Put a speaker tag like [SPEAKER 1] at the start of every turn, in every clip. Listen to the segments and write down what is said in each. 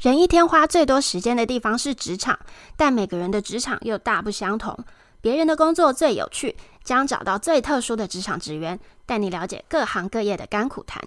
[SPEAKER 1] 人一天花最多时间的地方是职场，但每个人的职场又大不相同。别人的工作最有趣，将找到最特殊的职场职员，带你了解各行各业的甘苦谈。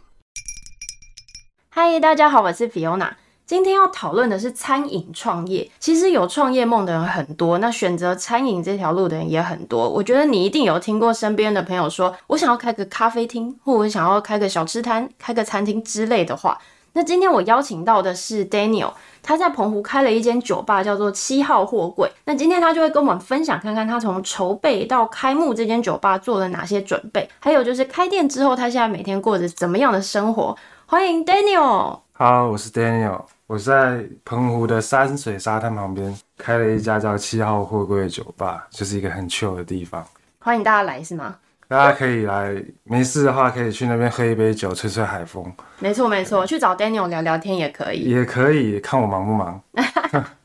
[SPEAKER 1] 嗨，大家好，我是 Fiona。今天要讨论的是餐饮创业。其实有创业梦的人很多，那选择餐饮这条路的人也很多。我觉得你一定有听过身边的朋友说：“我想要开个咖啡厅，或我想要开个小吃摊、开个餐厅之类的话。”那今天我邀请到的是 Daniel，他在澎湖开了一间酒吧，叫做七号货柜。那今天他就会跟我们分享，看看他从筹备到开幕这间酒吧做了哪些准备，还有就是开店之后他现在每天过着怎么样的生活。欢迎 Daniel。
[SPEAKER 2] 好，我是 Daniel，我在澎湖的山水沙滩旁边开了一家叫七号货柜的酒吧，就是一个很 chill 的地方，
[SPEAKER 1] 欢迎大家来，是吗？
[SPEAKER 2] 大家可以来，没事的话可以去那边喝一杯酒，吹吹海风，
[SPEAKER 1] 没错，没错，去找 Daniel 聊聊天也可以。
[SPEAKER 2] 也可以看我忙不忙。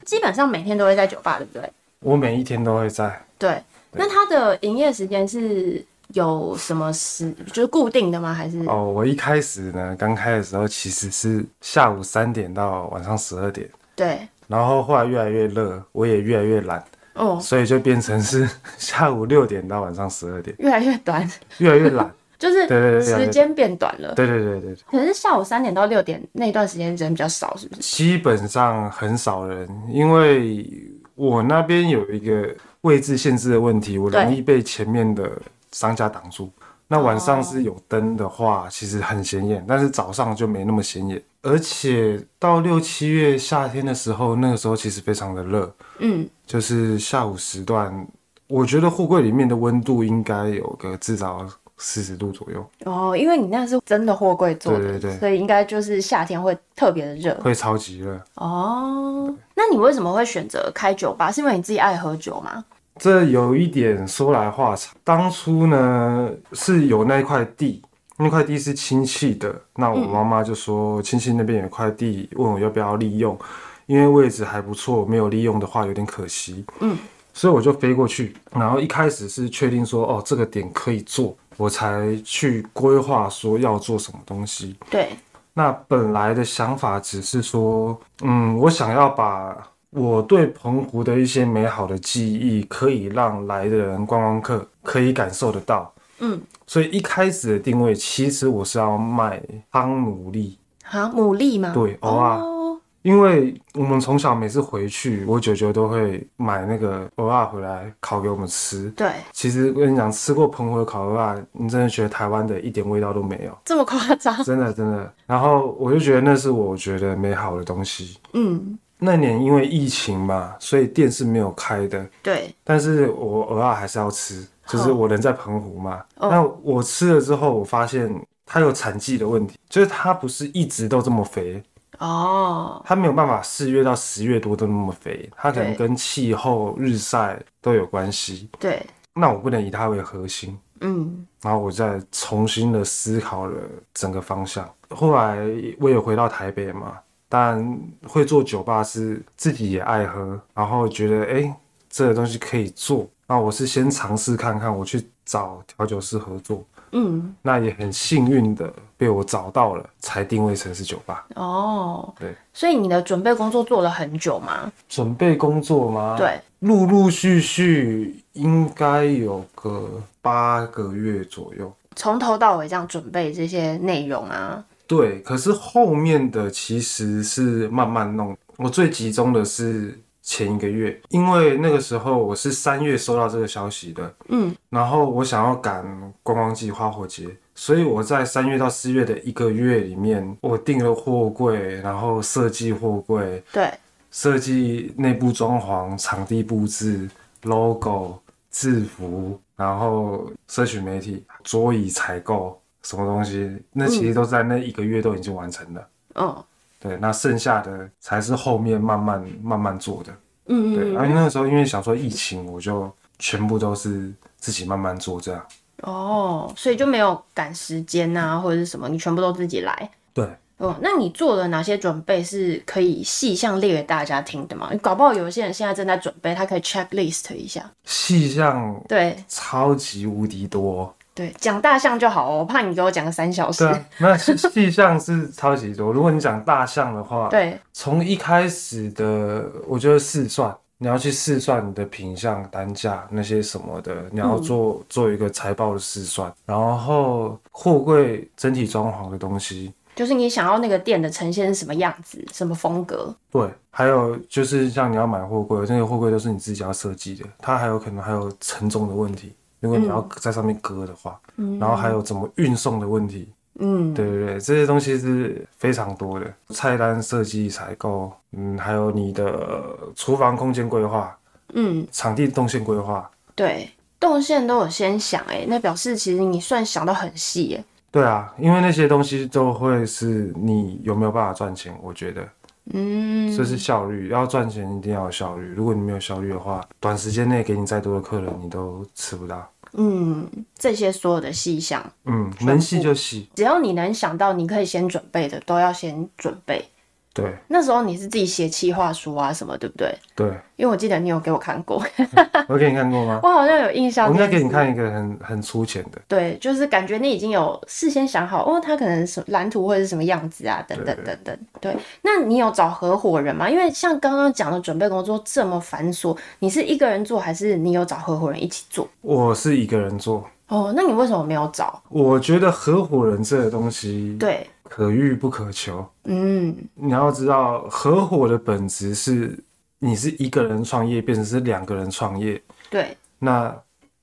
[SPEAKER 1] 基本上每天都会在酒吧，对不对？
[SPEAKER 2] 我每一天都会在，
[SPEAKER 1] 对。那他的营业时间是有什么时，就是固定的吗？还是
[SPEAKER 2] 哦，我一开始呢，刚开的时候其实是下午三点到晚上十二点，
[SPEAKER 1] 对？
[SPEAKER 2] 然后后来越来越热，我也越来越懒，
[SPEAKER 1] 哦，
[SPEAKER 2] 所以就变成是 下午六点到晚上十二点，
[SPEAKER 1] 越来越短，
[SPEAKER 2] 越来越懒。
[SPEAKER 1] 就是
[SPEAKER 2] 对对对
[SPEAKER 1] 时间变短了。
[SPEAKER 2] 对对对对对，
[SPEAKER 1] 可是下午三点到六点那段时间人比较少，是不是？
[SPEAKER 2] 基本上很少人，因为我那边有一个位置限制的问题，我
[SPEAKER 1] 对
[SPEAKER 2] 容易被前面的商家挡住。那晚上是有灯的话，其实很显眼，但是早上就没那么显眼。而且到六七月夏天的时候，那个时候其实非常的热，
[SPEAKER 1] 嗯，
[SPEAKER 2] 就是下午时段，我觉得货柜里面的温度应该有个至少四十度左右，
[SPEAKER 1] 哦，因为你那是真的货柜做的，
[SPEAKER 2] 对对对
[SPEAKER 1] 所以应该就是夏天会特别的热。
[SPEAKER 2] 会超级热。
[SPEAKER 1] 哦，那你为什么会选择开酒吧？是因为你自己爱喝酒吗？
[SPEAKER 2] 这有一点说来话长。当初呢是有那块地，那块地是亲戚的，那我妈妈就说、亲戚那边有块地，问我要不要利用，因为位置还不错，没有利用的话有点可惜。
[SPEAKER 1] 嗯，
[SPEAKER 2] 所以我就飞过去，然后一开始是确定说哦这个点可以做，我才去规划说要做什么东西。
[SPEAKER 1] 对，
[SPEAKER 2] 那本来的想法只是说，嗯，我想要把我对澎湖的一些美好的记忆，可以让来的人观光客可以感受得到。
[SPEAKER 1] 嗯，
[SPEAKER 2] 所以一开始的定位，其实我是要卖汤努力，
[SPEAKER 1] 啊，牡蛎吗？
[SPEAKER 2] 对，啊偶尔、
[SPEAKER 1] 哦，
[SPEAKER 2] 因为我们从小每次回去，我舅舅都会买那个偶尔回来烤给我们吃。
[SPEAKER 1] 对，
[SPEAKER 2] 其实我跟你讲，吃过澎湖的烤鹅啊，你真的觉得台湾的一点味道都没有。
[SPEAKER 1] 这么夸张？
[SPEAKER 2] 真的真的。然后我就觉得那是我觉得美好的东西。
[SPEAKER 1] 嗯，
[SPEAKER 2] 那年因为疫情嘛，所以店是没有开的，
[SPEAKER 1] 对，
[SPEAKER 2] 但是我偶尔还是要吃，就是我人在澎湖嘛。
[SPEAKER 1] 哦
[SPEAKER 2] 那我吃了之后，我发现它有产季的问题，就是它不是一直都这么肥，
[SPEAKER 1] 哦，
[SPEAKER 2] 它没有办法四月到十月多都那么肥，它可能
[SPEAKER 1] 对
[SPEAKER 2] 跟气候、日晒都有关系。
[SPEAKER 1] 对，
[SPEAKER 2] 那我不能以它为核心，
[SPEAKER 1] 嗯，
[SPEAKER 2] 然后我再重新的思考了整个方向。后来我也回到台北嘛，但会做酒吧是自己也爱喝，然后觉得诶这个东西可以做。那我是先尝试看看，我去找调酒师合作，
[SPEAKER 1] 嗯，
[SPEAKER 2] 那也很幸运的被我找到了，才定位成是酒吧。
[SPEAKER 1] 哦，
[SPEAKER 2] 对，
[SPEAKER 1] 所以你的准备工作做了很久吗？
[SPEAKER 2] 准备工作吗？，
[SPEAKER 1] 对，
[SPEAKER 2] 陆陆续续应该有个八个月左右。
[SPEAKER 1] 从头到尾这样准备这些内容啊，
[SPEAKER 2] 对，可是后面的其实是慢慢弄。我最集中的是前一个月，因为那个时候我是三月收到这个消息的，
[SPEAKER 1] 嗯，
[SPEAKER 2] 然后我想要赶观光季花火节，所以我在三月到四月的一个月里面，我订了货柜，然后设计货柜，
[SPEAKER 1] 对，
[SPEAKER 2] 设计内部装潢、场地布置、logo、制服，然后社群媒体、桌椅采购什么东西，那其实都在那一个月都已经完成了。
[SPEAKER 1] 嗯，
[SPEAKER 2] 对，那剩下的才是后面慢慢慢慢做的。
[SPEAKER 1] 嗯
[SPEAKER 2] 对，
[SPEAKER 1] 嗯，
[SPEAKER 2] 然后那个时候因为想说疫情，我就全部都是自己慢慢做这样。
[SPEAKER 1] 哦，所以就没有赶时间啊，或者是什么，你全部都自己来。
[SPEAKER 2] 对，
[SPEAKER 1] 哦，那你做了哪些准备是可以细项列给大家听的吗？搞不好有一些人现在正在准备，他可以 checklist 一下。
[SPEAKER 2] 细项
[SPEAKER 1] 对，
[SPEAKER 2] 超级无敌多，
[SPEAKER 1] 对，讲大象就好哦，我怕你给我讲个三小时
[SPEAKER 2] 对。啊， 那细细项是超级多。如果你讲大项的 话，
[SPEAKER 1] 对
[SPEAKER 2] 从一开始的，我觉得试算，你要去试算你的品相、单价那些什么的，你要做、做一个财报的试算，然后货柜整体装潢的东西，
[SPEAKER 1] 就是你想要那个店的呈现是什么样子、什么风格，
[SPEAKER 2] 对，还有就是像你要买货柜，那个货柜都是你自己要设计的，它还有可能还有承重的问题，如果你要在上面割的话，然后还有怎么运送的问题，
[SPEAKER 1] 嗯，
[SPEAKER 2] 对对对，这些东西是非常多的，菜单设计、采购，嗯，还有你的呃厨房空间规划、
[SPEAKER 1] 嗯，
[SPEAKER 2] 场地动线规划。
[SPEAKER 1] 对，动线都有先想、欸，哎，那表示其实你算想到很细、欸，
[SPEAKER 2] 对啊，因为那些东西都会是你有没有办法赚钱，我觉得
[SPEAKER 1] 嗯，
[SPEAKER 2] 这是效率。要赚钱一定要有效率，如果你没有效率的话，短时间内给你再多的客人，你都吃不到。
[SPEAKER 1] 嗯，这些所有的细项，
[SPEAKER 2] 嗯，能细就细。
[SPEAKER 1] 只要你能想到你可以先准备的，都要先准备。
[SPEAKER 2] 对
[SPEAKER 1] 那时候你是自己写企划书啊什么，对不对？
[SPEAKER 2] 对，
[SPEAKER 1] 因为我记得你有给我看过，
[SPEAKER 2] 我给你看过吗？
[SPEAKER 1] 我好像有印象。
[SPEAKER 2] 我应该给你。看一个很很粗浅的。
[SPEAKER 1] 对，就是感觉你已经有事先想好，哦，它可能什么蓝图会是什么样子啊，等等等等。对，那你有找合伙人吗？因为像刚刚讲的准备工作这么繁琐，你是一个人做还是你有找合伙人一起做？
[SPEAKER 2] 我是一个人做，
[SPEAKER 1] 哦，那你为什么没有找？
[SPEAKER 2] 我觉得合伙人这个东西，
[SPEAKER 1] 对，
[SPEAKER 2] 可遇不可求。
[SPEAKER 1] 嗯，
[SPEAKER 2] 你要知道，合伙的本质是你是一个人创业，变成是两个人创业。
[SPEAKER 1] 对，
[SPEAKER 2] 那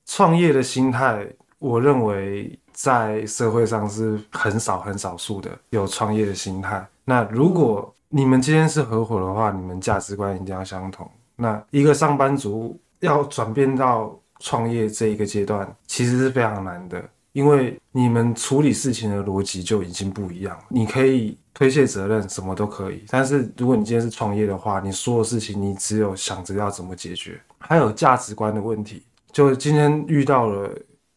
[SPEAKER 2] 创业的心态，我认为在社会上是很少很少数的有创业的心态。那如果你们今天是合伙的话，你们价值观一定要相同。那一个上班族要转变到创业这一个阶段，其实是非常难的，因为你们处理事情的逻辑就已经不一样了。你可以推卸责任，什么都可以，但是如果你今天是创业的话，你所有事情你只有想着要怎么解决，还有价值观的问题。就今天遇到了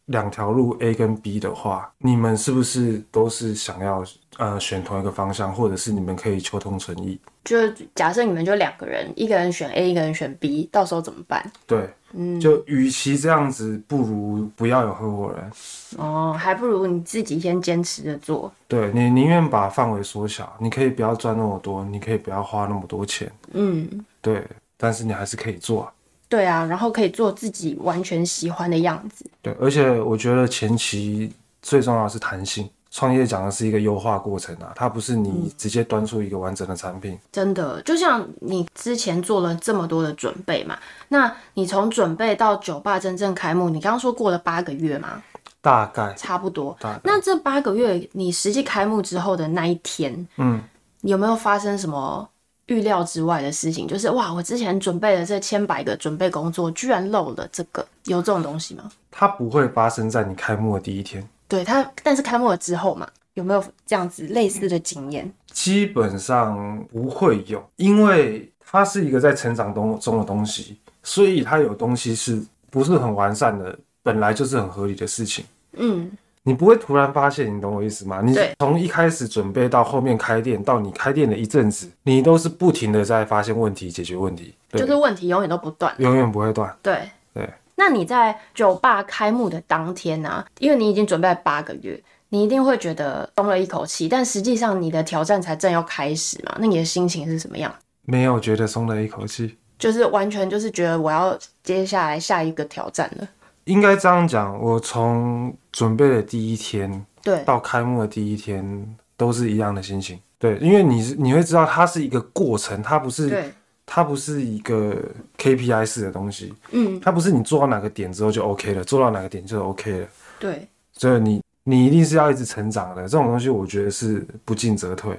[SPEAKER 2] 两条路 A 跟 B 的话，你们是不是都是想要呃选同一个方向，或者是你们可以求同存异？
[SPEAKER 1] 就是假设你们就两个人，一个人选 A，一个人选 B，到时候怎么办？
[SPEAKER 2] 对，
[SPEAKER 1] 嗯，
[SPEAKER 2] 就与其这样子，不如不要有合伙人。
[SPEAKER 1] 哦，还不如你自己先坚持着做。
[SPEAKER 2] 对你宁愿把范围缩小，你可以不要赚那么多，你可以不要花那么多钱，
[SPEAKER 1] 嗯，
[SPEAKER 2] 对，但是你还是可以做啊。
[SPEAKER 1] 对啊，然后可以做自己完全喜欢的样子。
[SPEAKER 2] 对，而且我觉得前期最重要的是弹性。创业讲的是一个优化过程啊，它不是你直接端出一个完整的产品。
[SPEAKER 1] 真的，就像你之前做了这么多的准备嘛，那你从准备到酒吧真正开幕，你刚刚说过了八个月嘛，
[SPEAKER 2] 大概
[SPEAKER 1] 差不多
[SPEAKER 2] 大概。
[SPEAKER 1] 那这八个月，你实际开幕之后的那一天，
[SPEAKER 2] 嗯，
[SPEAKER 1] 有没有发生什么预料之外的事情？就是哇，我之前准备了这千百个准备工作，居然漏了这个，有这种东西吗？
[SPEAKER 2] 它不会发生在你开幕的第一天。
[SPEAKER 1] 对他，但是开幕了之后嘛，有没有这样子类似的经验？
[SPEAKER 2] 基本上不会有，因为它是一个在成长中中的东西，所以它有东西是不是很完善的，本来就是很合理的事情。
[SPEAKER 1] 嗯，
[SPEAKER 2] 你不会突然发现，你懂我意思吗？你
[SPEAKER 1] 对
[SPEAKER 2] 从一开始准备到后面开店，到你开店的一阵子，你都是不停的在发现问题、解决问题，对，
[SPEAKER 1] 就是问题永远都不断。
[SPEAKER 2] 永远不会断。
[SPEAKER 1] 对，
[SPEAKER 2] 对，
[SPEAKER 1] 那你在酒吧开幕的当天呢、因为你已经准备了八个月，你一定会觉得松了一口气，但实际上你的挑战才正要开始嘛。那你的心情是什么样？
[SPEAKER 2] 没有觉得松了一口气。
[SPEAKER 1] 就是完全就是觉得我要接下来下一个挑战了。
[SPEAKER 2] 应该这样讲，我从准备的第一天
[SPEAKER 1] 对，
[SPEAKER 2] 到开幕的第一天都是一样的心情。对，因为你是你会知道它是一个过程，它不是
[SPEAKER 1] 对
[SPEAKER 2] 它不是一个 KPI 式的东西，
[SPEAKER 1] 嗯，
[SPEAKER 2] 它不是你做到哪个点之后就 OK 了，做到哪个点就 OK 了，
[SPEAKER 1] 对，
[SPEAKER 2] 所以你你一定是要一直成长的。这种东西我觉得是不进则退。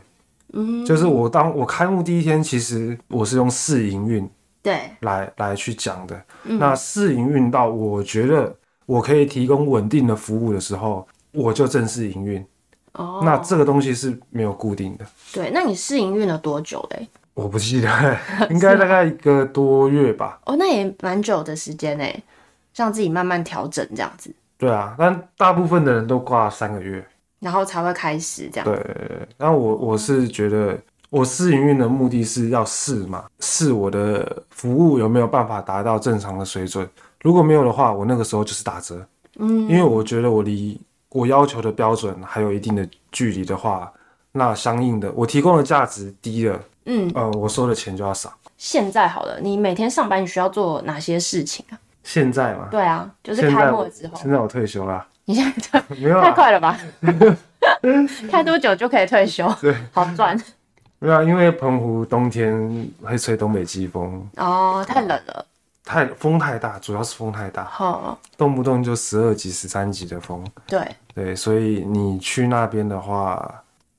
[SPEAKER 1] 嗯，
[SPEAKER 2] 就是我当我开幕第一天，其实我是用试营运
[SPEAKER 1] 对，
[SPEAKER 2] 来来去讲的。
[SPEAKER 1] 嗯
[SPEAKER 2] 那试营运到我觉得我可以提供稳定的服务的时候，我就正式营运。
[SPEAKER 1] 哦，
[SPEAKER 2] 那这个东西是没有固定的，
[SPEAKER 1] 对，那你试营运了多久嘞？
[SPEAKER 2] 我不 记得，应该大概一个多月吧。
[SPEAKER 1] 哦，那也蛮久的时间嘞，让自己慢慢调整这样子，
[SPEAKER 2] 对啊，但大部分的人都挂三个月。
[SPEAKER 1] 然后才会开始这样。
[SPEAKER 2] 对，那我我是觉得，我试营运的目的是要试嘛，试我的服务有没有办法达到正常的水准。如果没有的话，我那个时候就是打折。嗯，因为我觉得我离我要求的标准还有一定的距离的话，那相应的我提供的价值低了，
[SPEAKER 1] 嗯，
[SPEAKER 2] 呃，我收的钱就要少。
[SPEAKER 1] 现在好了，你每天上班你需要做哪些事情啊？
[SPEAKER 2] 现在嘛，
[SPEAKER 1] 对啊，就是
[SPEAKER 2] 现
[SPEAKER 1] 开
[SPEAKER 2] 在
[SPEAKER 1] 幕
[SPEAKER 2] 我
[SPEAKER 1] 了之后，
[SPEAKER 2] 现在我退休啦，
[SPEAKER 1] 你现 在
[SPEAKER 2] 没有
[SPEAKER 1] 太
[SPEAKER 2] 啊，
[SPEAKER 1] 快了吧？ 开多久就可以退休？对，好赚
[SPEAKER 2] 没有啊，因为澎湖冬天会吹东北季风，
[SPEAKER 1] 哦，太冷了。
[SPEAKER 2] 太风太大，主要是风太大，
[SPEAKER 1] 哦，
[SPEAKER 2] 动不动就十二级、十三级的风。
[SPEAKER 1] 对，
[SPEAKER 2] 对，所以你去那边的话，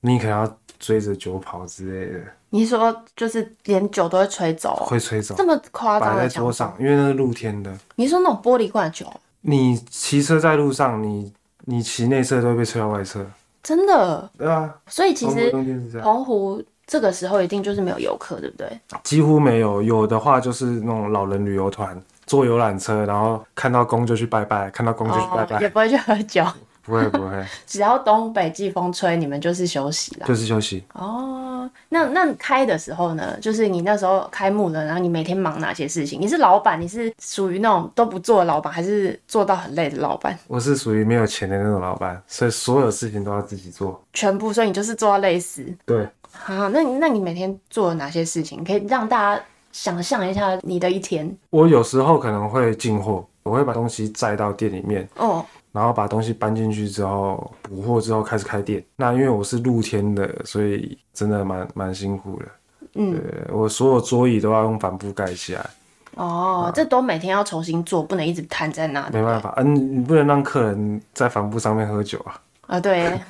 [SPEAKER 2] 你可能要追着酒跑之类的，
[SPEAKER 1] 你说就是连酒都会吹走哦、
[SPEAKER 2] 会吹走
[SPEAKER 1] 这，么夸张
[SPEAKER 2] 摆
[SPEAKER 1] 的
[SPEAKER 2] 在
[SPEAKER 1] 强
[SPEAKER 2] 桌上，因为那是露天的。
[SPEAKER 1] 你说那种玻璃罐的酒，
[SPEAKER 2] 你骑车在路上，你你骑内侧都会被吹到外侧，
[SPEAKER 1] 真的？
[SPEAKER 2] 对啊，
[SPEAKER 1] 所以其
[SPEAKER 2] 澎湖
[SPEAKER 1] 实
[SPEAKER 2] 冬天是这样，
[SPEAKER 1] 澎湖这个时候一定就是没有游客，对不对？
[SPEAKER 2] 几乎没有，有的话就是那种老人旅游团坐游览车，然后看到公就去拜拜，看到公就去拜
[SPEAKER 1] 哦，
[SPEAKER 2] 拜，
[SPEAKER 1] 也不会去喝酒，
[SPEAKER 2] 不会不会，
[SPEAKER 1] 只要东北季风吹，你们就是休息啦。
[SPEAKER 2] 就是休息。
[SPEAKER 1] 哦，那那开的时候呢，就是你那时候开幕了，然后你每天忙哪些事情？你是老板，你是属于那种都不做的老板，还是做到很累的老板？
[SPEAKER 2] 我是属于没有钱的那种老板，所以所有事情都要自己做。
[SPEAKER 1] 全部，所以你就是做到累死。
[SPEAKER 2] 对，
[SPEAKER 1] 好，那你那你每天做了哪些事情？可以让大家想象一下你的一天。
[SPEAKER 2] 我有时候可能会进货，我会把东西载到店里面，
[SPEAKER 1] 哦，
[SPEAKER 2] 然后把东西搬进去之后，补货之后开始开店。那因为我是露天的，所以真的蛮蛮辛苦的。
[SPEAKER 1] 嗯，
[SPEAKER 2] 呃，我所有桌椅都要用帆布盖起来，
[SPEAKER 1] 哦，这都每天要重新做，不能一直摊在那里。
[SPEAKER 2] 没办法，嗯、你不能让客人在帆布上面喝酒啊。
[SPEAKER 1] 啊，对，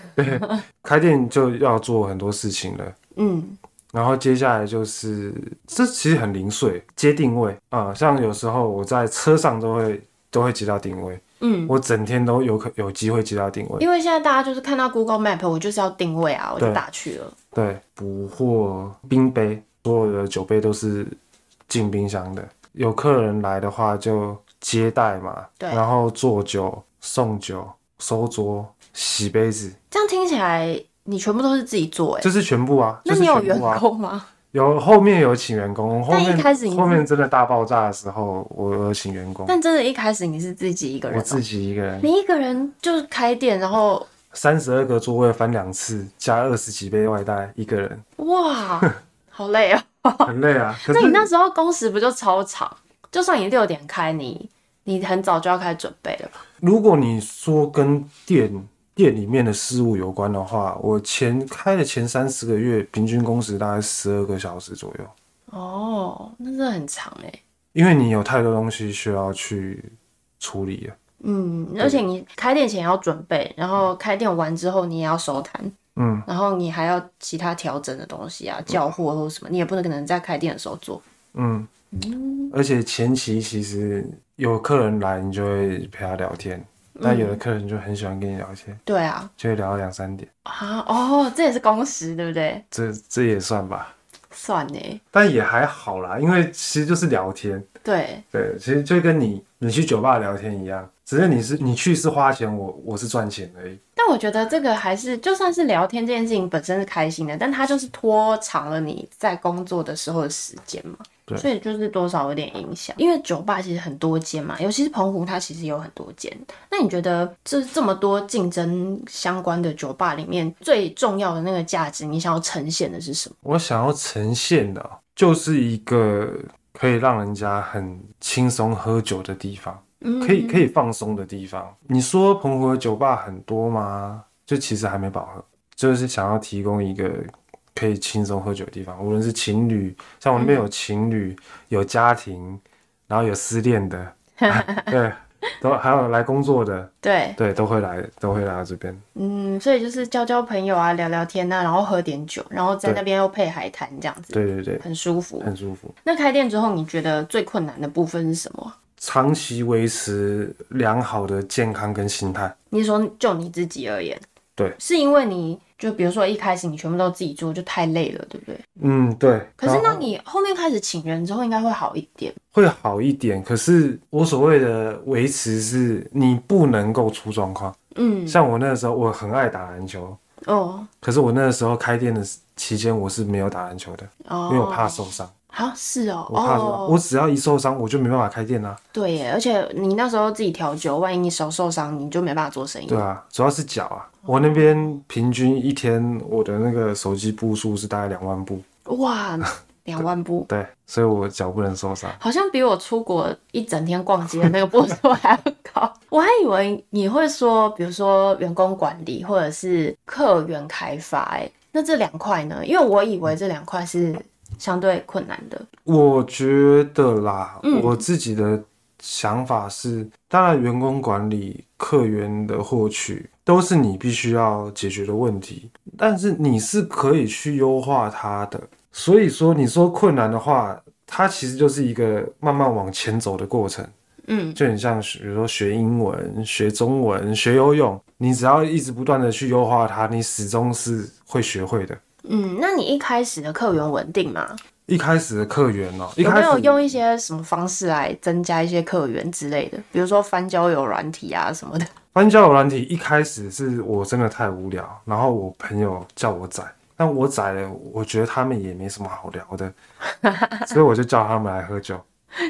[SPEAKER 2] 开店就要做很多事情了。
[SPEAKER 1] 嗯，
[SPEAKER 2] 然后接下来就是，这其实很零碎，接定位啊、像有时候我在车上都会都会接到定位，
[SPEAKER 1] 嗯，
[SPEAKER 2] 我整天都有可有机会接到定位。
[SPEAKER 1] 因为现在大家就是看到 Google Map，我就是要定位啊，我就
[SPEAKER 2] 对
[SPEAKER 1] 打去了。
[SPEAKER 2] 对，补货冰杯，所有的酒杯都是进冰箱的。有客人来的话就接待嘛，
[SPEAKER 1] 对
[SPEAKER 2] 然后做酒、送酒、收桌、洗杯子，
[SPEAKER 1] 这样听起来你全部都是自己做、欸，哎、
[SPEAKER 2] 这是全部啊，
[SPEAKER 1] 那
[SPEAKER 2] 这
[SPEAKER 1] 你
[SPEAKER 2] 是
[SPEAKER 1] 有
[SPEAKER 2] 全
[SPEAKER 1] 员
[SPEAKER 2] 部啊。
[SPEAKER 1] 工吗？
[SPEAKER 2] 有后面有请员工，后
[SPEAKER 1] 但一
[SPEAKER 2] 面
[SPEAKER 1] 开始你
[SPEAKER 2] 后面真的大爆炸的时候，我有请员工，
[SPEAKER 1] 但真的，一开始你是自己一个人、
[SPEAKER 2] 哦我
[SPEAKER 1] 哦
[SPEAKER 2] 自己一个人，
[SPEAKER 1] 你一个人就是开店，然后
[SPEAKER 2] 三十二个座位翻两次，加二十几杯外带，一个 人
[SPEAKER 1] 哇，好累哦。
[SPEAKER 2] 很累啊。可
[SPEAKER 1] 那
[SPEAKER 2] 是
[SPEAKER 1] 你那时候工时不就超长？就算你六点开，你你很早就要开始准备了吧？
[SPEAKER 2] 如果你说跟店店里面的事物有关的话，我前开的前三十个月，平均工时大概十二个小时左右，
[SPEAKER 1] 哦，那真的很长哎、
[SPEAKER 2] 因为你有太多东西需要去处理了。
[SPEAKER 1] 嗯，而且你开店前要准备，然后开店完之后你也要收摊，
[SPEAKER 2] 嗯，
[SPEAKER 1] 然后你还要其他调整的东西啊，叫货或什么，你也不能可能在开店的时候做。
[SPEAKER 2] 嗯，而且前期其实有客人来，你就会陪他聊天。那有的客人就很喜欢跟你聊天，
[SPEAKER 1] 对啊，
[SPEAKER 2] 就会聊到两三点，
[SPEAKER 1] 啊哦，这也是工时对不对？
[SPEAKER 2] 这这也算吧，
[SPEAKER 1] 算呢，
[SPEAKER 2] 但也还好啦，因为其实就是聊天，
[SPEAKER 1] 对，
[SPEAKER 2] 对，其实就跟你你去酒吧聊天一样，只是你是你去是花钱，我我是赚钱而已。
[SPEAKER 1] 但我觉得这个还是，就算是聊天这件事情本身是开心的，但它就是拖长了你在工作的时候的时间嘛，
[SPEAKER 2] 对
[SPEAKER 1] 所以就是多少有点影响。因为酒吧其实很多间嘛，尤其是澎湖，它其实有很多间。那你觉得这这么多竞争相关的酒吧里面，最重要的那个价值，你想要呈现的是什么？
[SPEAKER 2] 我想要呈现的哦就是一个可以让人家很轻松喝酒的地方，
[SPEAKER 1] 嗯
[SPEAKER 2] 可以可以放松的地方。你说澎湖的酒吧很多吗？就其实还没饱和，就是想要提供一个可以轻松喝酒的地方，无论是情侣，像我那
[SPEAKER 1] 嗯
[SPEAKER 2] 边有情侣，有家庭，然后有失 恋的，哎对，都还有来工作的，
[SPEAKER 1] 对，
[SPEAKER 2] 对，都会来，都会来到这边。
[SPEAKER 1] 嗯，所以就是交交朋友啊，聊聊天啊，然后喝点酒，然后在
[SPEAKER 2] 对
[SPEAKER 1] 那边又配海滩这样子，
[SPEAKER 2] 对对对，
[SPEAKER 1] 很舒服。
[SPEAKER 2] 很舒服。
[SPEAKER 1] 那开店之后，你觉得最困难的部分是什么啊？
[SPEAKER 2] 长期维持良好的健康跟心态，
[SPEAKER 1] 你是说就你自己而言，
[SPEAKER 2] 对，
[SPEAKER 1] 是因为你就比如说一开始你全部都自己做就太累了，对不对？
[SPEAKER 2] 嗯，对。
[SPEAKER 1] 可是
[SPEAKER 2] 然
[SPEAKER 1] 那
[SPEAKER 2] 后
[SPEAKER 1] 你后面开始请人之后，应该会好一点。
[SPEAKER 2] 会好一点，可是我所谓的维持是你不能够出状况。
[SPEAKER 1] 嗯，
[SPEAKER 2] 像我那时候，我很爱打篮球，
[SPEAKER 1] 哦，
[SPEAKER 2] 可是我那时候开店的期间我是没有打篮球的，
[SPEAKER 1] 哦，
[SPEAKER 2] 因为我怕受伤，
[SPEAKER 1] 好是哦，
[SPEAKER 2] 我怕受伤，
[SPEAKER 1] 哦，
[SPEAKER 2] 我只要一受伤我就没办法开店啊啦、
[SPEAKER 1] 对耶，而且你那时候自己调酒，万一你手受伤，你就没办法做生意。
[SPEAKER 2] 对啊，主要是脚啊，我那边平均一天我的那个手机步数是大概两万步，
[SPEAKER 1] 哇，两万步，
[SPEAKER 2] 对，所以我脚不能受伤。
[SPEAKER 1] 好像比我出国一整天逛街的那个步数还要高。 我还以为你会说，比如说员工管理或者是客源开发，哎，那这两块呢？因为我以为这两块是相对困难的。
[SPEAKER 2] 我觉得啦，
[SPEAKER 1] 嗯
[SPEAKER 2] 我自己的想法是，当然员工管理、客源的获取都是你必须要解决的问题，但是你是可以去优化它的。所以说，你说困难的话，它其实就是一个慢慢往前走的过程。
[SPEAKER 1] 嗯，
[SPEAKER 2] 就很像学，比如说学英文、学中文、学游泳，你只要一直不断的去优化它，你始终是会学会的。
[SPEAKER 1] 嗯，那你一开始的客源稳定吗？
[SPEAKER 2] 一开始的客源哦、一
[SPEAKER 1] 有
[SPEAKER 2] 开
[SPEAKER 1] 没
[SPEAKER 2] 始
[SPEAKER 1] 有用一些什么方式来增加一些客源之类的？比如说翻交友软体啊什么的。
[SPEAKER 2] 翻交友软体一开始是我真的太无聊，然后我朋友叫我载，但我载了，我觉得他们也没什么好聊的，所以我就叫他们来喝酒。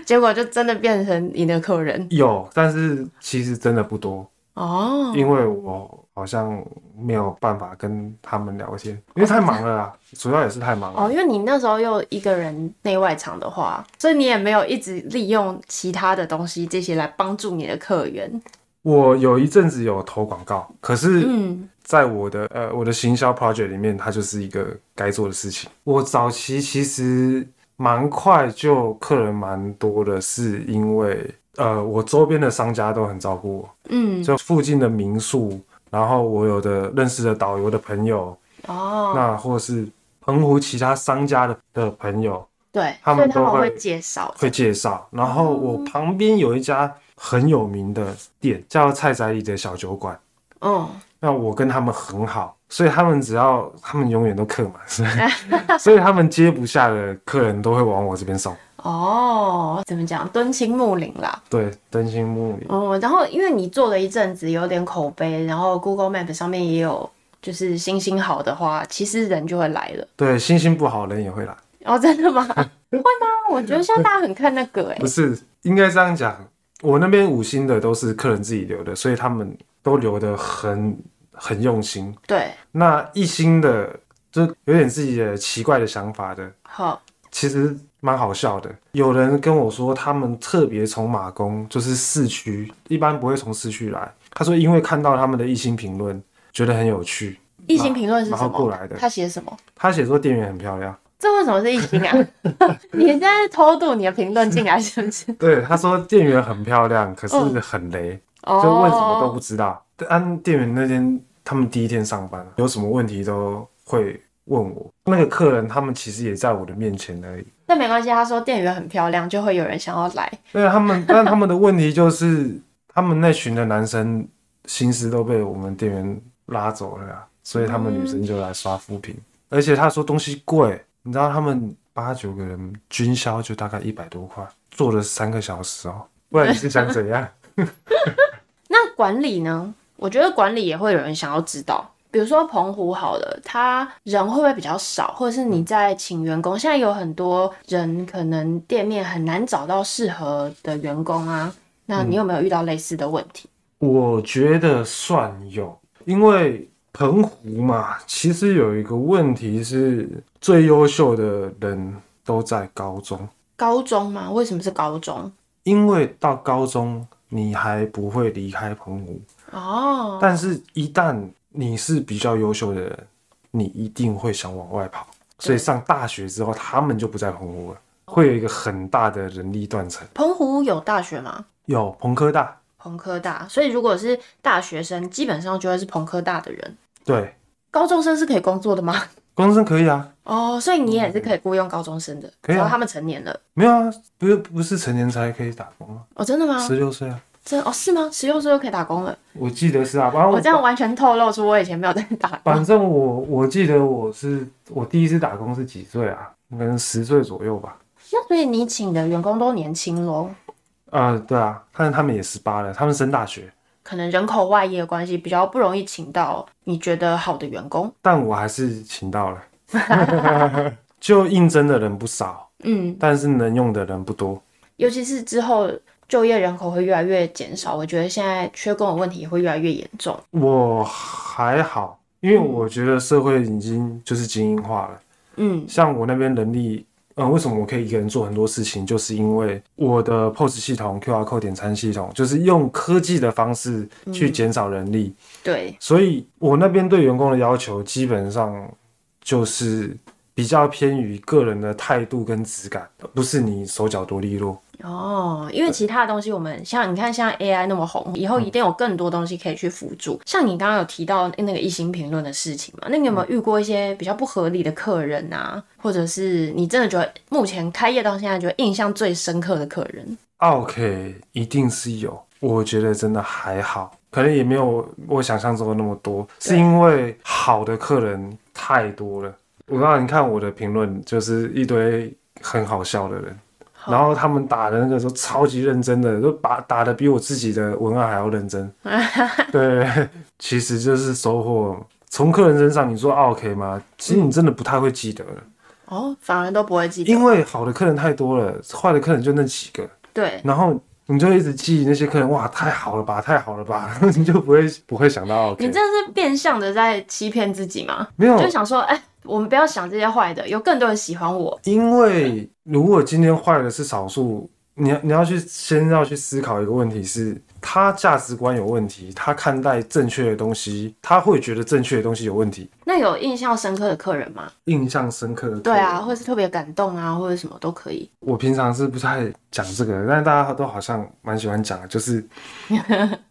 [SPEAKER 1] 结果就真的变成你的客人
[SPEAKER 2] 有，但是其实真的不多，
[SPEAKER 1] 哦。
[SPEAKER 2] 因为我好像没有办法跟他们聊天，因为太忙了啦，主要也是太忙了。
[SPEAKER 1] 哦，因为你那时候又一个人内外场的话，所以你也没有一直利用其他的东西这些来帮助你的客源。
[SPEAKER 2] 我有一阵子有投广告，可是
[SPEAKER 1] 嗯，
[SPEAKER 2] 在我的呃我的行销 project 里面，它就是一个该做的事情。我早期其实蛮快就客人蛮多的，是因为呃我周边的商家都很照顾我，
[SPEAKER 1] 嗯，
[SPEAKER 2] 就附近的民宿，然后我有的认识的导游的朋友，
[SPEAKER 1] 哦，
[SPEAKER 2] 那或是澎湖其他商家的的朋友
[SPEAKER 1] 对，
[SPEAKER 2] 他
[SPEAKER 1] 所
[SPEAKER 2] 们
[SPEAKER 1] 以他
[SPEAKER 2] 都
[SPEAKER 1] 们
[SPEAKER 2] 会
[SPEAKER 1] 会介绍。
[SPEAKER 2] 会介绍。然后我旁边有一家很有名的店，叫菜仔里的小酒馆。
[SPEAKER 1] 嗯，
[SPEAKER 2] 那我跟他们很好，所以他们只要他们永远都客满，所以所以他们接不下的客人都会往我这边送。
[SPEAKER 1] 哦，怎么讲？敦亲睦邻啦。
[SPEAKER 2] 对，灯芯木里
[SPEAKER 1] 嗯，然后因为你做了一阵子，有点口碑，然后 Google Map 上面也有，就是星星好的话，其实人就会来了。
[SPEAKER 2] 对，星星不好人也会来，
[SPEAKER 1] 哦，真 的吗？会吗？我觉得现在大家很看那个、欸，
[SPEAKER 2] 不是应该这样讲，我那边五星的都是客人自己留的，所以他们都留的很很用心。
[SPEAKER 1] 对，
[SPEAKER 2] 那一星的就有点自己的奇怪的想法的，
[SPEAKER 1] 好，
[SPEAKER 2] 其实蛮好笑的。有人跟我说，他们特别从马公，就是市区，一般不会从市区来。他说，因为看到他们的一星评论，觉得很有趣。
[SPEAKER 1] 异性评论是
[SPEAKER 2] 然
[SPEAKER 1] 什
[SPEAKER 2] 后过
[SPEAKER 1] 么？
[SPEAKER 2] 来的，
[SPEAKER 1] 他写什么？
[SPEAKER 2] 他写说店员很漂亮。
[SPEAKER 1] 这为什么是异性 啊？你在偷渡你的评论进来是不是？
[SPEAKER 2] 对，他说店员很漂亮，可是很雷，
[SPEAKER 1] 哦
[SPEAKER 2] 就问什么都不知道。按店员那天，他们第一天上班，有什么问题都会问我。那个客人，他们其实也在我的面前而已。
[SPEAKER 1] 那没关系，他说店员很漂亮，就会有人想要来。
[SPEAKER 2] 对他们， 但他们的问题就是，他们那群的男生心思都被我们店员拉走了啊，所以他们女生就来刷负评。而且他说东西贵，你知道他们八九个人均销就大概一百多块，做了三个小时哦，不然你是想怎样？
[SPEAKER 1] 那管理呢？我觉得管理也会有人想要知道。比如说澎湖好了，他人会不会比较少，或者是你在请员
[SPEAKER 2] 嗯
[SPEAKER 1] 工，现在有很多人可能店面很难找到适合的员工啊。那你有没有遇到类似的问题？
[SPEAKER 2] 嗯我觉得算有，因为澎湖嘛，其实有一个问题是，最优秀的人都在高中。
[SPEAKER 1] 高中吗？为什么是高中？
[SPEAKER 2] 因为到高中你还不会离开澎湖，
[SPEAKER 1] 哦，
[SPEAKER 2] 但是一旦你是比较优秀的人，你一定会想往外跑。所以上大学之后，他们就不在澎湖了，会有一个很大的人力断层。
[SPEAKER 1] 澎湖有大学吗？
[SPEAKER 2] 有澎科大，
[SPEAKER 1] 澎科大，所以如果是大学生，基本上就会是澎科大的人。
[SPEAKER 2] 对，
[SPEAKER 1] 高中生是可以工作的吗？
[SPEAKER 2] 高中生可以啊，
[SPEAKER 1] 哦，所以你也是可以雇佣高中生的，
[SPEAKER 2] 可以啊
[SPEAKER 1] 只要他们成年了。
[SPEAKER 2] 没有啊，不是不是成年才可以打工啊，
[SPEAKER 1] 哦，真的吗？
[SPEAKER 2] 十六岁啊，
[SPEAKER 1] 真哦是吗？十六岁就可以打工了？
[SPEAKER 2] 我记得是啊，反正
[SPEAKER 1] 我
[SPEAKER 2] 我
[SPEAKER 1] 这样完全透露出我以前没有在打工。
[SPEAKER 2] 反正我我记得我是我第一次打工是几岁啊？可能十岁左右吧。
[SPEAKER 1] 那所以你请的员工都年轻喽，
[SPEAKER 2] 呃，对啊，但是他们也十八了，他们升大学。
[SPEAKER 1] 可能人口外移的关系，比较不容易请到你觉得好的员工。
[SPEAKER 2] 但我还是请到了。 就应征的人不少，
[SPEAKER 1] 嗯，
[SPEAKER 2] 但是能用的人不多。
[SPEAKER 1] 尤其是之后就业人口会越来越减少，我觉得现在缺工的问题也会越来越严重。
[SPEAKER 2] 我还好，因为我觉得社会已经就是精英化了。
[SPEAKER 1] 嗯
[SPEAKER 2] 像我那边人力，嗯、为什么我可以一个人做很多事情，就是因为我的 POS 系统、QR code 点餐系统，就是用科技的方式去减少人力，
[SPEAKER 1] 对，
[SPEAKER 2] 所以我那边对员工的要求基本上就是比较偏于个人的态度跟质感，不是你手脚多利落。
[SPEAKER 1] 哦，因为其他的东西我们像你看，像 AI 那么红，以后
[SPEAKER 2] 嗯
[SPEAKER 1] 一定有更多东西可以去辅助。像你刚刚有提到那个一星评论的事情嘛，那你有
[SPEAKER 2] 嗯
[SPEAKER 1] 没有遇过一些比较不合理的客人啊？或者是你真的觉得目前开业到现在，觉得印象最深刻的客人？
[SPEAKER 2] OK，一定是有，我觉得真的还好，可能也没有我想象中的那么多，是因为好的客人太多了。我让你看我的评论，就是一堆很好笑的人，
[SPEAKER 1] 好
[SPEAKER 2] 然后他们打的那个时候超级认真的，都把打的比我自己的文案还要认真。对，其实就是收获。从客人身上，你说啊 OK 吗？其实你真的不太会记得了，
[SPEAKER 1] 哦，反而都不会记得。
[SPEAKER 2] 因为好的客人太多了，坏的客人就那几个。
[SPEAKER 1] 对，
[SPEAKER 2] 然后你就一直记那些客人，哇，太好了吧，太好了吧， 你就不会不会想到
[SPEAKER 1] 你
[SPEAKER 2] OK，
[SPEAKER 1] 这是变相的在欺骗自己吗？
[SPEAKER 2] 没有，
[SPEAKER 1] 就想说，哎、我们不要想这些坏的，有更多人喜欢我。
[SPEAKER 2] 因为如果今天坏的是少数，你要你要去先要去思考一个问题是，他价值观有问题，他看待正确的东西，他会觉得正确的东西有问题，
[SPEAKER 1] 那有印象深刻的客人吗？
[SPEAKER 2] 印象深刻的。
[SPEAKER 1] 对啊，，或是特别感动啊，或者什么都可以。
[SPEAKER 2] 我平常是不太讲这个，但是大家都好像蛮喜欢讲的，就是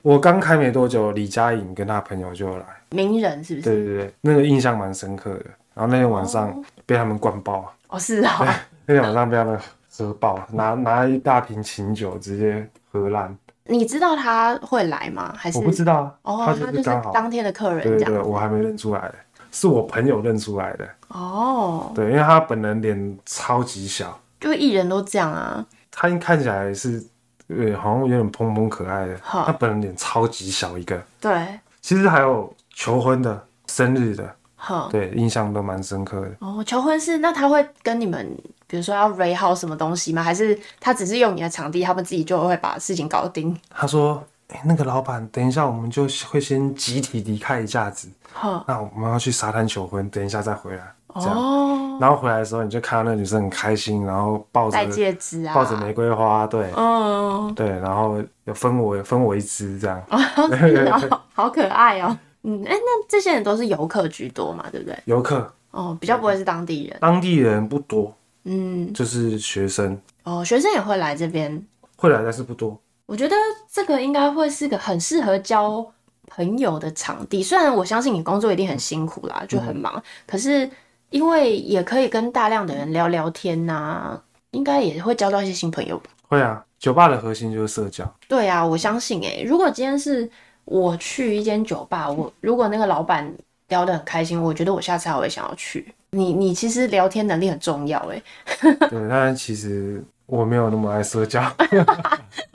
[SPEAKER 2] 我刚开没多久，李佳颖跟他朋友就来。
[SPEAKER 1] 名人是不是？
[SPEAKER 2] 对对对，那个印象蛮深刻的。然后那天晚上被他们灌爆，
[SPEAKER 1] 哦，是啊、
[SPEAKER 2] 那天晚上被他们喝爆，啊拿
[SPEAKER 1] 嗯
[SPEAKER 2] 拿一大瓶琴酒直接喝烂。
[SPEAKER 1] 你知道他会来吗？还是
[SPEAKER 2] 我不知道啊，
[SPEAKER 1] 哦，
[SPEAKER 2] 他
[SPEAKER 1] 他
[SPEAKER 2] 就
[SPEAKER 1] 就是
[SPEAKER 2] 是刚好，
[SPEAKER 1] 当天的客人
[SPEAKER 2] 对
[SPEAKER 1] 这
[SPEAKER 2] 对
[SPEAKER 1] 样。
[SPEAKER 2] 对，我还没认出来，是我朋友认出来的。
[SPEAKER 1] 哦，
[SPEAKER 2] 对，因为他本人脸超级小，
[SPEAKER 1] 就艺人都这样啊。
[SPEAKER 2] 他看起来是，呃，好像有点蓬蓬可爱的，
[SPEAKER 1] 好
[SPEAKER 2] 他本人脸超级小一个。
[SPEAKER 1] 对，
[SPEAKER 2] 其实还有求婚的、生日的，
[SPEAKER 1] 哼。
[SPEAKER 2] 对，印象都蛮深刻的。
[SPEAKER 1] 哦，求婚是那他会跟你们，比如说要 r 好什么东西吗？还是他只是用你的场地，他们自己就会把事情搞定？
[SPEAKER 2] 他说：“哎、那个老板，等一下我们就会先集体离开一下子，
[SPEAKER 1] 哼。
[SPEAKER 2] 那我们要去沙滩求婚，等一下再回来。”这样，
[SPEAKER 1] 哦，
[SPEAKER 2] 然后回来的时候你就看到那女生很开心，然后抱着
[SPEAKER 1] 戴戒指啊，
[SPEAKER 2] 抱着玫瑰花，对、
[SPEAKER 1] 嗯，
[SPEAKER 2] 对，然后有分我分我一支这样。
[SPEAKER 1] 哦是 哦，好可爱哦。嗯，哎、那这些人都是游客居多嘛，对不对？
[SPEAKER 2] 游客
[SPEAKER 1] 哦，比较不会是当地人。
[SPEAKER 2] 当地人不多，
[SPEAKER 1] 嗯，
[SPEAKER 2] 就是学生
[SPEAKER 1] 哦，学生也会来这边。
[SPEAKER 2] 会来，但是不多。
[SPEAKER 1] 我觉得这个应该会是个很适合交朋友的场地。虽然我相信你工作一定很辛苦啦，就很忙，可是因为也可以跟大量的人聊聊天呐、应该也会交到一些新朋友吧。
[SPEAKER 2] 会啊，酒吧的核心就是社交，
[SPEAKER 1] 对啊，我相信诶、如果今天是我去一间酒吧，我如果那个老板聊得很开心，我觉得我下次还会想要去。你你其实聊天能力很重要欸诶、
[SPEAKER 2] 对，但其实我没有那么爱社交，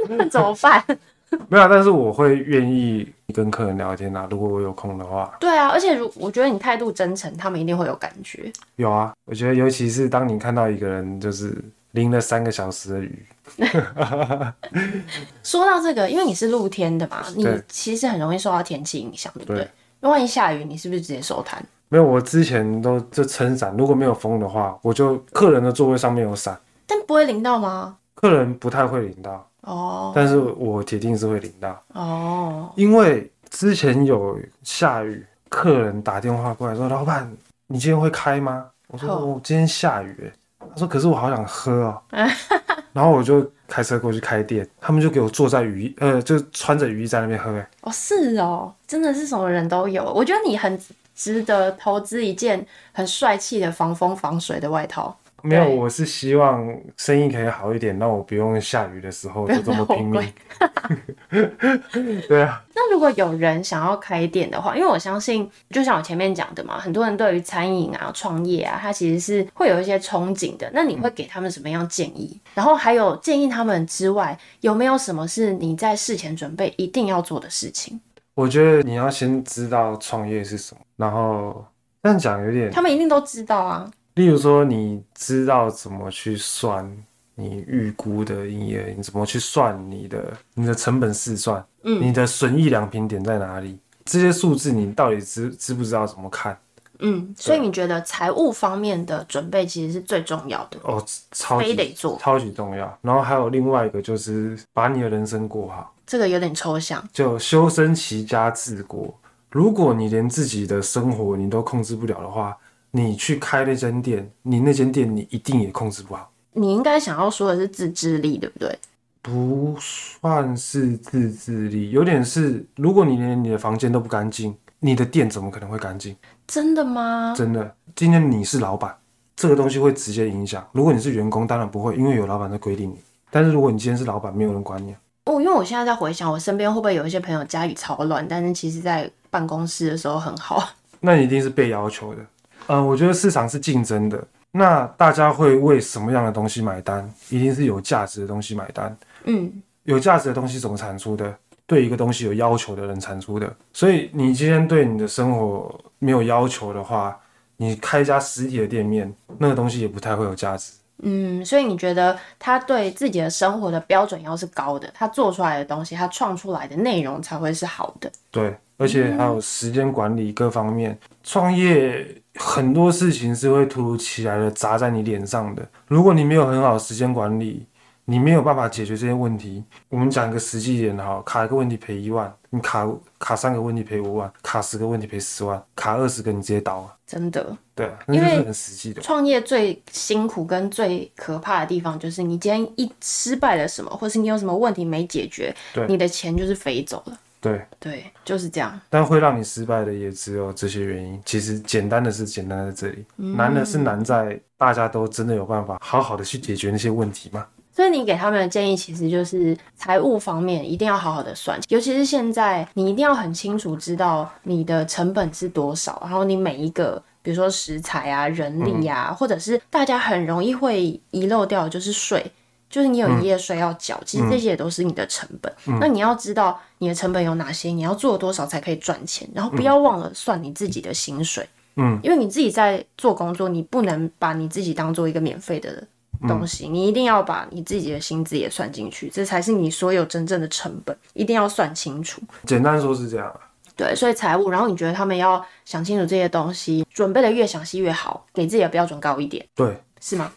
[SPEAKER 1] 那怎么办？
[SPEAKER 2] 没有，但是我会愿意跟客人聊天啊，如果我有空的话。
[SPEAKER 1] 对啊，而且如我觉得你态度真诚，他们一定会有感觉。
[SPEAKER 2] 有啊，我觉得尤其是当你看到一个人就是淋了三个小时的雨，
[SPEAKER 1] 说到这个，因为你是露天的嘛，你
[SPEAKER 2] 对
[SPEAKER 1] 其实很容易受到天气影响，对不对
[SPEAKER 2] 对？
[SPEAKER 1] 那万一下雨，你是不是直接收摊？
[SPEAKER 2] 没有，我之前都就撑伞，如果没有风的话，我就客人的座位上面有伞，
[SPEAKER 1] 但不会淋到吗？
[SPEAKER 2] 客人不太会淋到，
[SPEAKER 1] 哦
[SPEAKER 2] 但是我铁定是会淋到，
[SPEAKER 1] 哦，
[SPEAKER 2] 因为之前有下雨，客人打电话过来说：“老板，你今天会开吗？”我说：“
[SPEAKER 1] 哦
[SPEAKER 2] 我、今天下雨。欸”他说：“可是我好想喝 哦。”然后我就开车过去开店，他们就给我坐在雨衣，呃，就穿着雨衣在那边喝、欸。
[SPEAKER 1] 哦是哦，真的是什么人都有。我觉得你很值得投资一件很帅气的防风防水的外套，
[SPEAKER 2] 没有，
[SPEAKER 1] 对
[SPEAKER 2] 我是希望生意可以好一点，让我不用下雨的时候就这么拼
[SPEAKER 1] 不要
[SPEAKER 2] 命。 对啊，
[SPEAKER 1] 那如果有人想要开店的话，因为我相信，就像我前面讲的嘛，很多人对于餐饮啊、创业啊，他其实是会有一些憧憬的。那你会给他们什么样建议？然后还有建议他们之外，有没有什么是你在事前准备一定要做的事情？
[SPEAKER 2] 我觉得你要先知道创业是什么，然后这样讲有点
[SPEAKER 1] 他们一定都知道啊。
[SPEAKER 2] 例如说，你知道怎么去算你预估的营业额，你怎么去算你的你的成本试算，嗯，你的损益两平点在哪里？这些数字你到底知知不知道怎么看？
[SPEAKER 1] 嗯，所以你觉得财务方面的准备其实是最重要的。
[SPEAKER 2] 哦，超级
[SPEAKER 1] 非得做
[SPEAKER 2] 超级重要。然后还有另外一个就是把你的人生过好，
[SPEAKER 1] 这个有点抽象，
[SPEAKER 2] 就修身齐家治国。如果你连自己的生活你都控制不了的话，你去开那间店，你那间店你一定也控制不好。
[SPEAKER 1] 你应该想要说的是自制力，对不对？
[SPEAKER 2] 不算是自制力，有点是，如果你连你的房间都不干净，你的店怎么可能会干净？
[SPEAKER 1] 真的吗？
[SPEAKER 2] 真的，今天你是老板，这个东西会直接影响。如果你是员工，当然不会，因为有老板在规定你。但是如果你今天是老板，没有人管你啊，
[SPEAKER 1] 哦，因为我现在在回想，我身边会不会有一些朋友家里超乱，但是其实在办公室的时候很好。
[SPEAKER 2] 那你一定是被要求的。嗯、我觉得市场是竞争的，那大家会为什么样的东西买单？一定是有价值的东西买单。
[SPEAKER 1] 嗯，
[SPEAKER 2] 有价值的东西怎么产出的？对一个东西有要求的人产出的。所以你今天对你的生活没有要求的话，你开一家实体的店面，那个东西也不太会有价值。
[SPEAKER 1] 嗯，所以你觉得他对自己的生活的标准要是高的，他做出来的东西，他创出来的内容才会是好的。
[SPEAKER 2] 对，而且还有时间管理各方面，创业很多事情是会突如其来的砸在你脸上的。如果你没有很好的时间管理，你没有办法解决这些问题。我们讲一个实际一点的哈，卡一个问题赔一万，你卡卡三个问题赔五万，卡十个问题赔十万，卡二十个你直接倒啊。
[SPEAKER 1] 真的，
[SPEAKER 2] 对啊，那就
[SPEAKER 1] 因为
[SPEAKER 2] 是很实际的。
[SPEAKER 1] 创业最辛苦跟最可怕的地方就是，你今天一失败了什么，或是你有什么问题没解决
[SPEAKER 2] 对，
[SPEAKER 1] 你的钱就是飞走了。
[SPEAKER 2] 对，
[SPEAKER 1] 对，就是这样。
[SPEAKER 2] 但会让你失败的也只有这些原因。其实简单的是简单在这里，
[SPEAKER 1] 嗯
[SPEAKER 2] 难的是难在大家都真的有办法好好的去解决那些问题吗？
[SPEAKER 1] 所以你给他们的建议其实就是财务方面一定要好好的算，尤其是现在，你一定要很清楚知道你的成本是多少，然后你每一个。比如说食材啊、人力啊，或者是大家很容易会遗漏掉，的就是税，就是你有营业税要缴，其实这些也都是你的成本。那你要知道你的成本有哪些，你要做多少才可以赚钱，然后不要忘了算你自己的薪水。
[SPEAKER 2] 嗯，
[SPEAKER 1] 因为你自己在做工作，你不能把你自己当做一个免费的东西，你一定要把你自己的薪资也算进去，这才是你所有真正的成本，一定要算清楚。
[SPEAKER 2] 简单说是这样啊。
[SPEAKER 1] 对，所以财务，然后你觉得他们要想清楚这些东西，准备的越详细越好，给自己的标准高一点，
[SPEAKER 2] 对，
[SPEAKER 1] 是吗？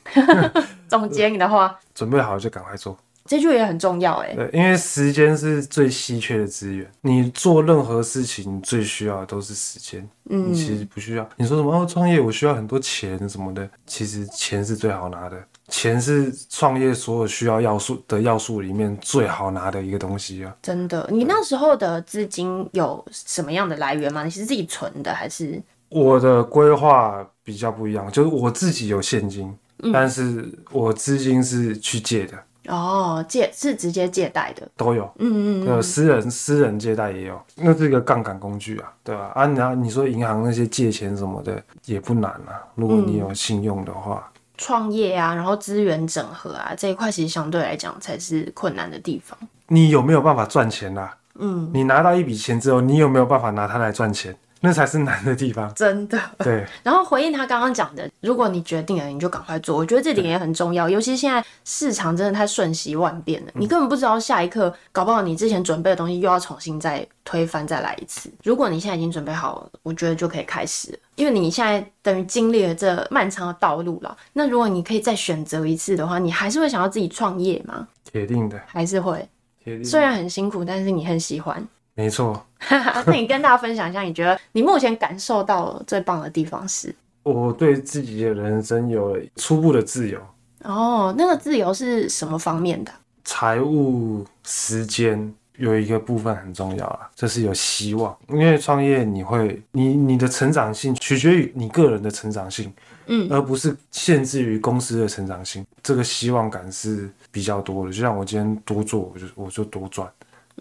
[SPEAKER 1] 总结你的话，
[SPEAKER 2] 准备好就赶快做。
[SPEAKER 1] 这句也很重要哎、
[SPEAKER 2] 对，因为时间是最稀缺的资源，你做任何事情最需要的都是时间。嗯，其实不需要。你说什么哦，创业我需要很多钱什么的，其实钱是最好拿的，钱是创业所有需要要素的要素里面最好拿的一个东西啊。
[SPEAKER 1] 真的。你那时候的资金有什么样的来源吗？你是自己存的还是？
[SPEAKER 2] 我的规划比较不一样，就是我自己有现金，但是我资金是去借的，
[SPEAKER 1] 哦，借是直接借贷的，
[SPEAKER 2] 都有。
[SPEAKER 1] 嗯嗯嗯，
[SPEAKER 2] 呃，私人私人借贷也有，那是一个杠杆工具啊，对吧、啊？然后你说银行那些借钱什么的也不难啊，如果
[SPEAKER 1] 嗯
[SPEAKER 2] 你有信用的话，
[SPEAKER 1] 创业啊，然后资源整合啊这一块，其实相对来讲才是困难的地方。。
[SPEAKER 2] 你有没有办法赚钱啦、啊？嗯，你拿到一笔钱之后，你有没有办法拿它来赚钱？那才是难的地方
[SPEAKER 1] 真的。
[SPEAKER 2] 对，
[SPEAKER 1] 然后回应他刚刚讲的，如果你决定了，你就赶快做。我觉得这点也很重要，尤其现在市场真的太瞬息万变了，你根本不知道下一刻，搞不好你之前准备的东西又要重新再推翻再来一次。如果你现在已经准备好了，我觉得就可以开始了，因为你现在等于经历了这漫长的道路了。那如果你可以再选择一次的话，你还是会想要自己创业吗？
[SPEAKER 2] 铁定的，
[SPEAKER 1] 还是会？
[SPEAKER 2] 铁定
[SPEAKER 1] 虽
[SPEAKER 2] 的，
[SPEAKER 1] 然很辛苦，但是你很喜欢。
[SPEAKER 2] 没错。
[SPEAKER 1] 那你跟大家分享一下，你觉得你目前感受到最棒的地方是？
[SPEAKER 2] 我对自己的人生有了初步的自由，
[SPEAKER 1] 哦，那个自由是什么方面的？
[SPEAKER 2] 财务、时间有一个部分很重要啊，这是有希望。因为创业，你会你你的成长性取决于你个人的成长性，
[SPEAKER 1] 嗯，
[SPEAKER 2] 而不是限制于公司的成长性。这个希望感是比较多的。就像我今天多做，我就我就多赚。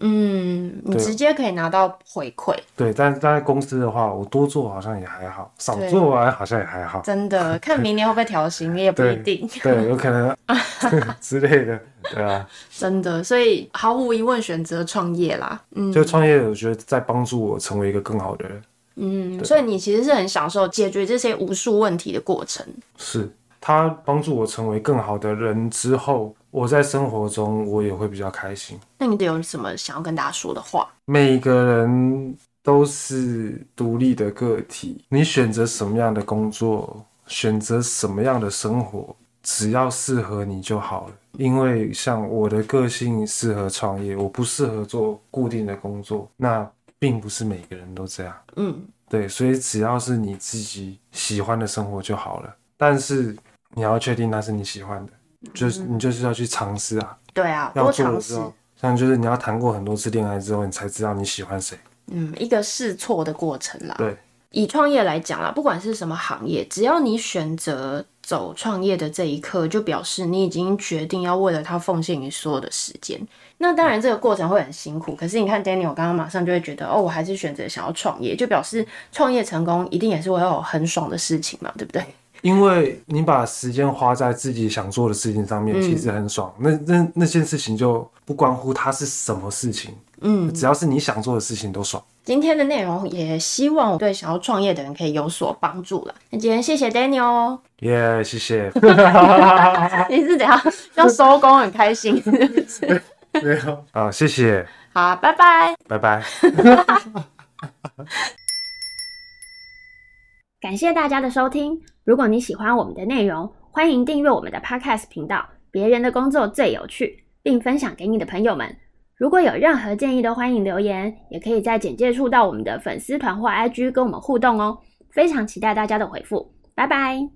[SPEAKER 1] 嗯，你
[SPEAKER 2] 对
[SPEAKER 1] 直接可以拿到回馈，
[SPEAKER 2] 对，但是在公司的话，我多做好像也还好，少
[SPEAKER 1] 对
[SPEAKER 2] 做完好像也还好。
[SPEAKER 1] 真 的。看明年会不会调薪也不一
[SPEAKER 2] 对
[SPEAKER 1] 定，
[SPEAKER 2] 对，有可能之类的，对啊。
[SPEAKER 1] 真的。所以毫无疑问选择创业啦。嗯，
[SPEAKER 2] 就创业，我觉得在帮助我成为一个更好的人。
[SPEAKER 1] 嗯，所以你其实是很享受解决这些无数问题的过程。
[SPEAKER 2] 是他帮助我成为更好的人之后，我在生活中我也会比较开心。
[SPEAKER 1] 那你有什么想要跟大家说的话？
[SPEAKER 2] 每个人都是独立的个体，你选择什么样的工作，选择什么样的生活，只要适合你就好了。因为像我的个性适合创业，我不适合做固定的工作，那并不是每个人都这样。
[SPEAKER 1] 嗯，
[SPEAKER 2] 对，所以只要是你自己喜欢的生活就好了。但是你要确定那是你喜欢的，就是你就是要去尝试啊，
[SPEAKER 1] 对啊，嗯
[SPEAKER 2] 要
[SPEAKER 1] 多
[SPEAKER 2] 做
[SPEAKER 1] 尝
[SPEAKER 2] 了之
[SPEAKER 1] 试，
[SPEAKER 2] 后，像就是你要谈过很多次恋爱之后，你才知道你喜欢谁。
[SPEAKER 1] 嗯，一个试错的过程啦。
[SPEAKER 2] 对，
[SPEAKER 1] 以创业来讲啦，不管是什么行业，只要你选择走创业的这一刻，就表示你已经决定要为了它奉献你所有的时间。那当然，这个过程会很辛苦。可是你看，Daniel 刚刚马上就会觉得，哦，我还是选择想要创业，就表示创业成功一定也是会有很爽的事情嘛，对不对？
[SPEAKER 2] 因为你把时间花在自己想做的事情上
[SPEAKER 1] 嗯
[SPEAKER 2] 面，其实很爽。那那那件事情就不关乎它是什么事情，嗯，只要是你想做的事情都爽。
[SPEAKER 1] 今天的内容也希望我对想要创业的人可以有所帮助了。那今天谢谢 Daniel，哦
[SPEAKER 2] 耶、谢谢。
[SPEAKER 1] 你是怎样要收工很开心？是不是
[SPEAKER 2] 没有啊，谢谢，
[SPEAKER 1] 好，拜拜。
[SPEAKER 2] 拜拜。
[SPEAKER 3] 感谢大家的收听。如果你喜欢我们的内容，欢迎订阅我们的 Podcast 频道《别人的工作最有趣》，并分享给你的朋友们。如果有任何建议，都欢迎留言，也可以在简介处到我们的粉丝团或 IG 跟我们互动哦。非常期待大家的回复，拜拜。